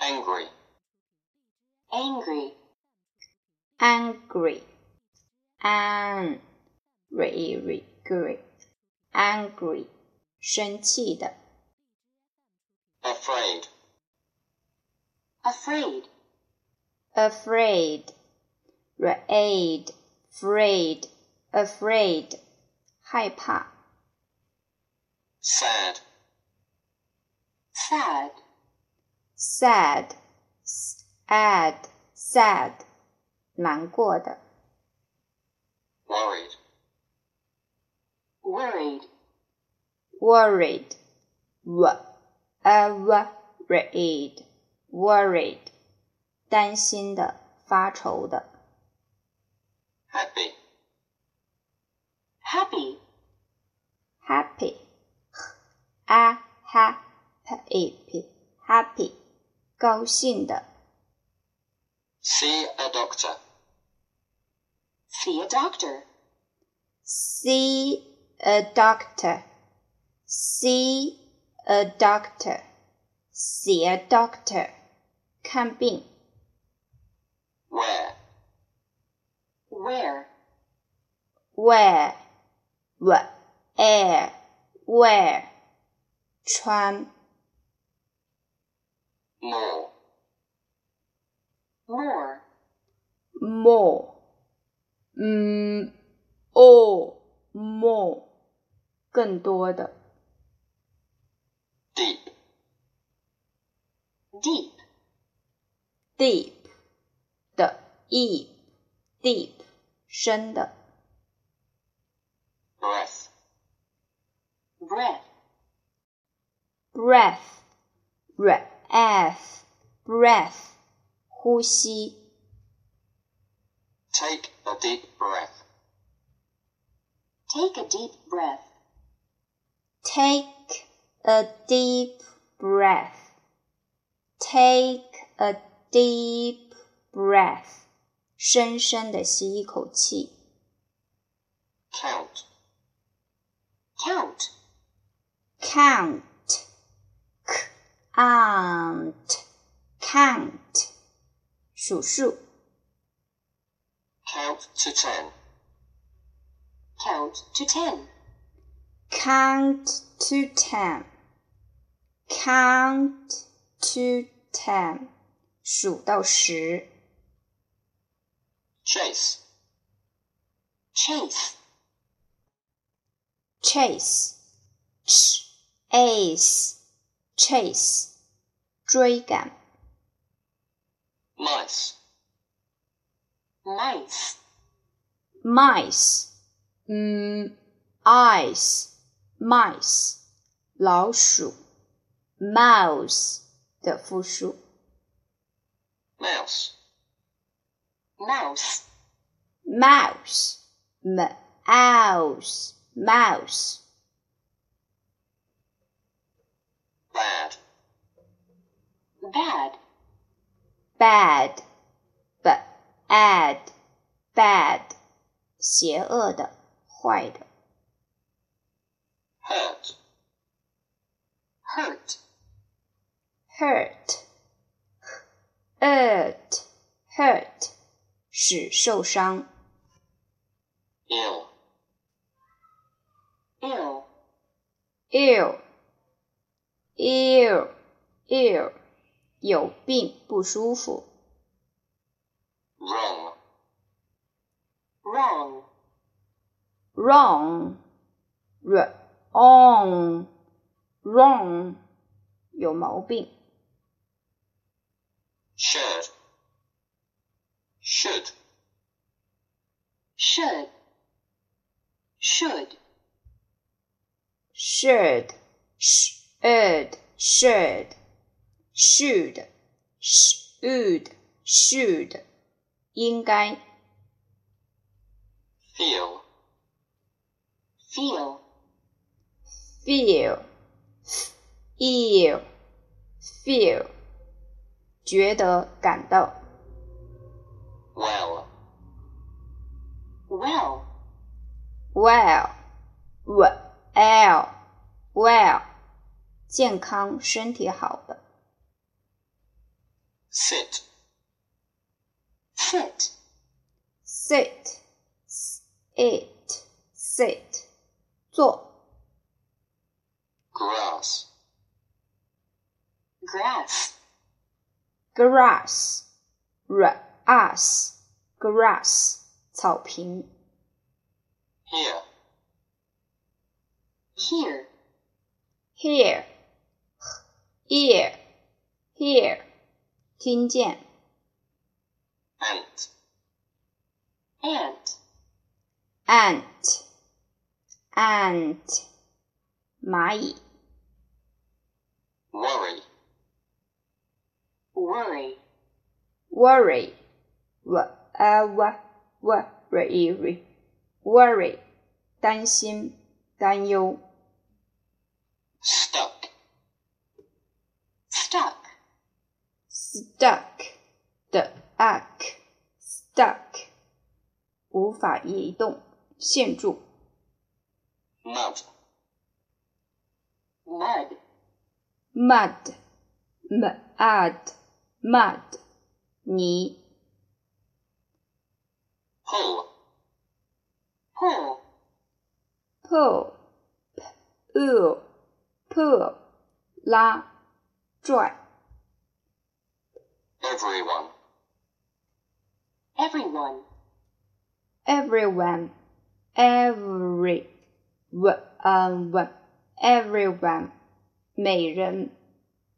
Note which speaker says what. Speaker 1: angry,
Speaker 2: angry, angry, an, re, re, gre, angry，生气的。
Speaker 1: afraid,
Speaker 2: afraid, afraid, r a i d afraid, afraid，害怕。
Speaker 1: sad,
Speaker 2: sad, sad, sad, sad，难过的。
Speaker 1: worried,
Speaker 2: worried, worried, w a w r i d, worried，担心的，发愁的。
Speaker 1: happy,
Speaker 2: happy, happy, a ha p p happy，高兴的。
Speaker 1: see a doctor,
Speaker 2: See a doctor. See a doctor. See a doctor. See a doctor. 看病。
Speaker 1: wear,
Speaker 2: Where? Where? Where? Where? 穿。
Speaker 1: more,
Speaker 2: More. More. Mm. Oh. More. 更多的。
Speaker 1: deep,
Speaker 2: deep deep 的 e deep 深的
Speaker 1: breath,
Speaker 2: breath breath breath breath 呼吸
Speaker 1: take a deep breath,
Speaker 2: take a deep breath take a deep breath take a deep breath 深深的吸一口气
Speaker 1: count,
Speaker 2: count count count count 数数
Speaker 1: count to ten,
Speaker 2: count to ten count to ten count to ten 数到十
Speaker 1: chase,
Speaker 2: chase chase chase chase 追赶
Speaker 1: mice,
Speaker 2: mice mice 嗯 eyes mice 老鼠 mouse 的复数
Speaker 1: mouse,
Speaker 2: mouse mouse mouse e mouse
Speaker 1: bad,
Speaker 2: bad bad bad bad 邪恶的坏的
Speaker 1: hurt,
Speaker 2: hurt hurt hurt hurt 使受伤
Speaker 1: ill,
Speaker 2: ill ill ill ill 有病不舒服
Speaker 1: wrong,
Speaker 2: wrong wrong wrong wrong 有毛病
Speaker 1: should, should,
Speaker 2: should should should should should should should should 应该
Speaker 1: feel,
Speaker 2: feel feel feel feel 觉得感到
Speaker 1: well,
Speaker 2: well well well well 健康身体好的
Speaker 1: sit,
Speaker 3: sit,
Speaker 2: sit, it, sit，坐，
Speaker 1: grass,
Speaker 3: grass,
Speaker 2: grass, grass, grass，草坪，
Speaker 1: here,
Speaker 3: here,
Speaker 2: here, ear, here，听见，
Speaker 1: ant,
Speaker 3: ant,
Speaker 2: ant, ant，蚂蚁
Speaker 1: worry,
Speaker 3: worry,
Speaker 2: ，worry, 呃 w a w worry, worry，担心，担忧。
Speaker 1: stuck,
Speaker 3: stuck,
Speaker 2: stuck 的 uck stuck 无法移动，陷住。
Speaker 1: mud,
Speaker 3: mud,
Speaker 2: mud mud mud 泥
Speaker 1: pull,
Speaker 3: pull,
Speaker 2: pull pull pull 拉拽
Speaker 1: everyone,
Speaker 3: everyone,
Speaker 2: everyone every one everyone 每人。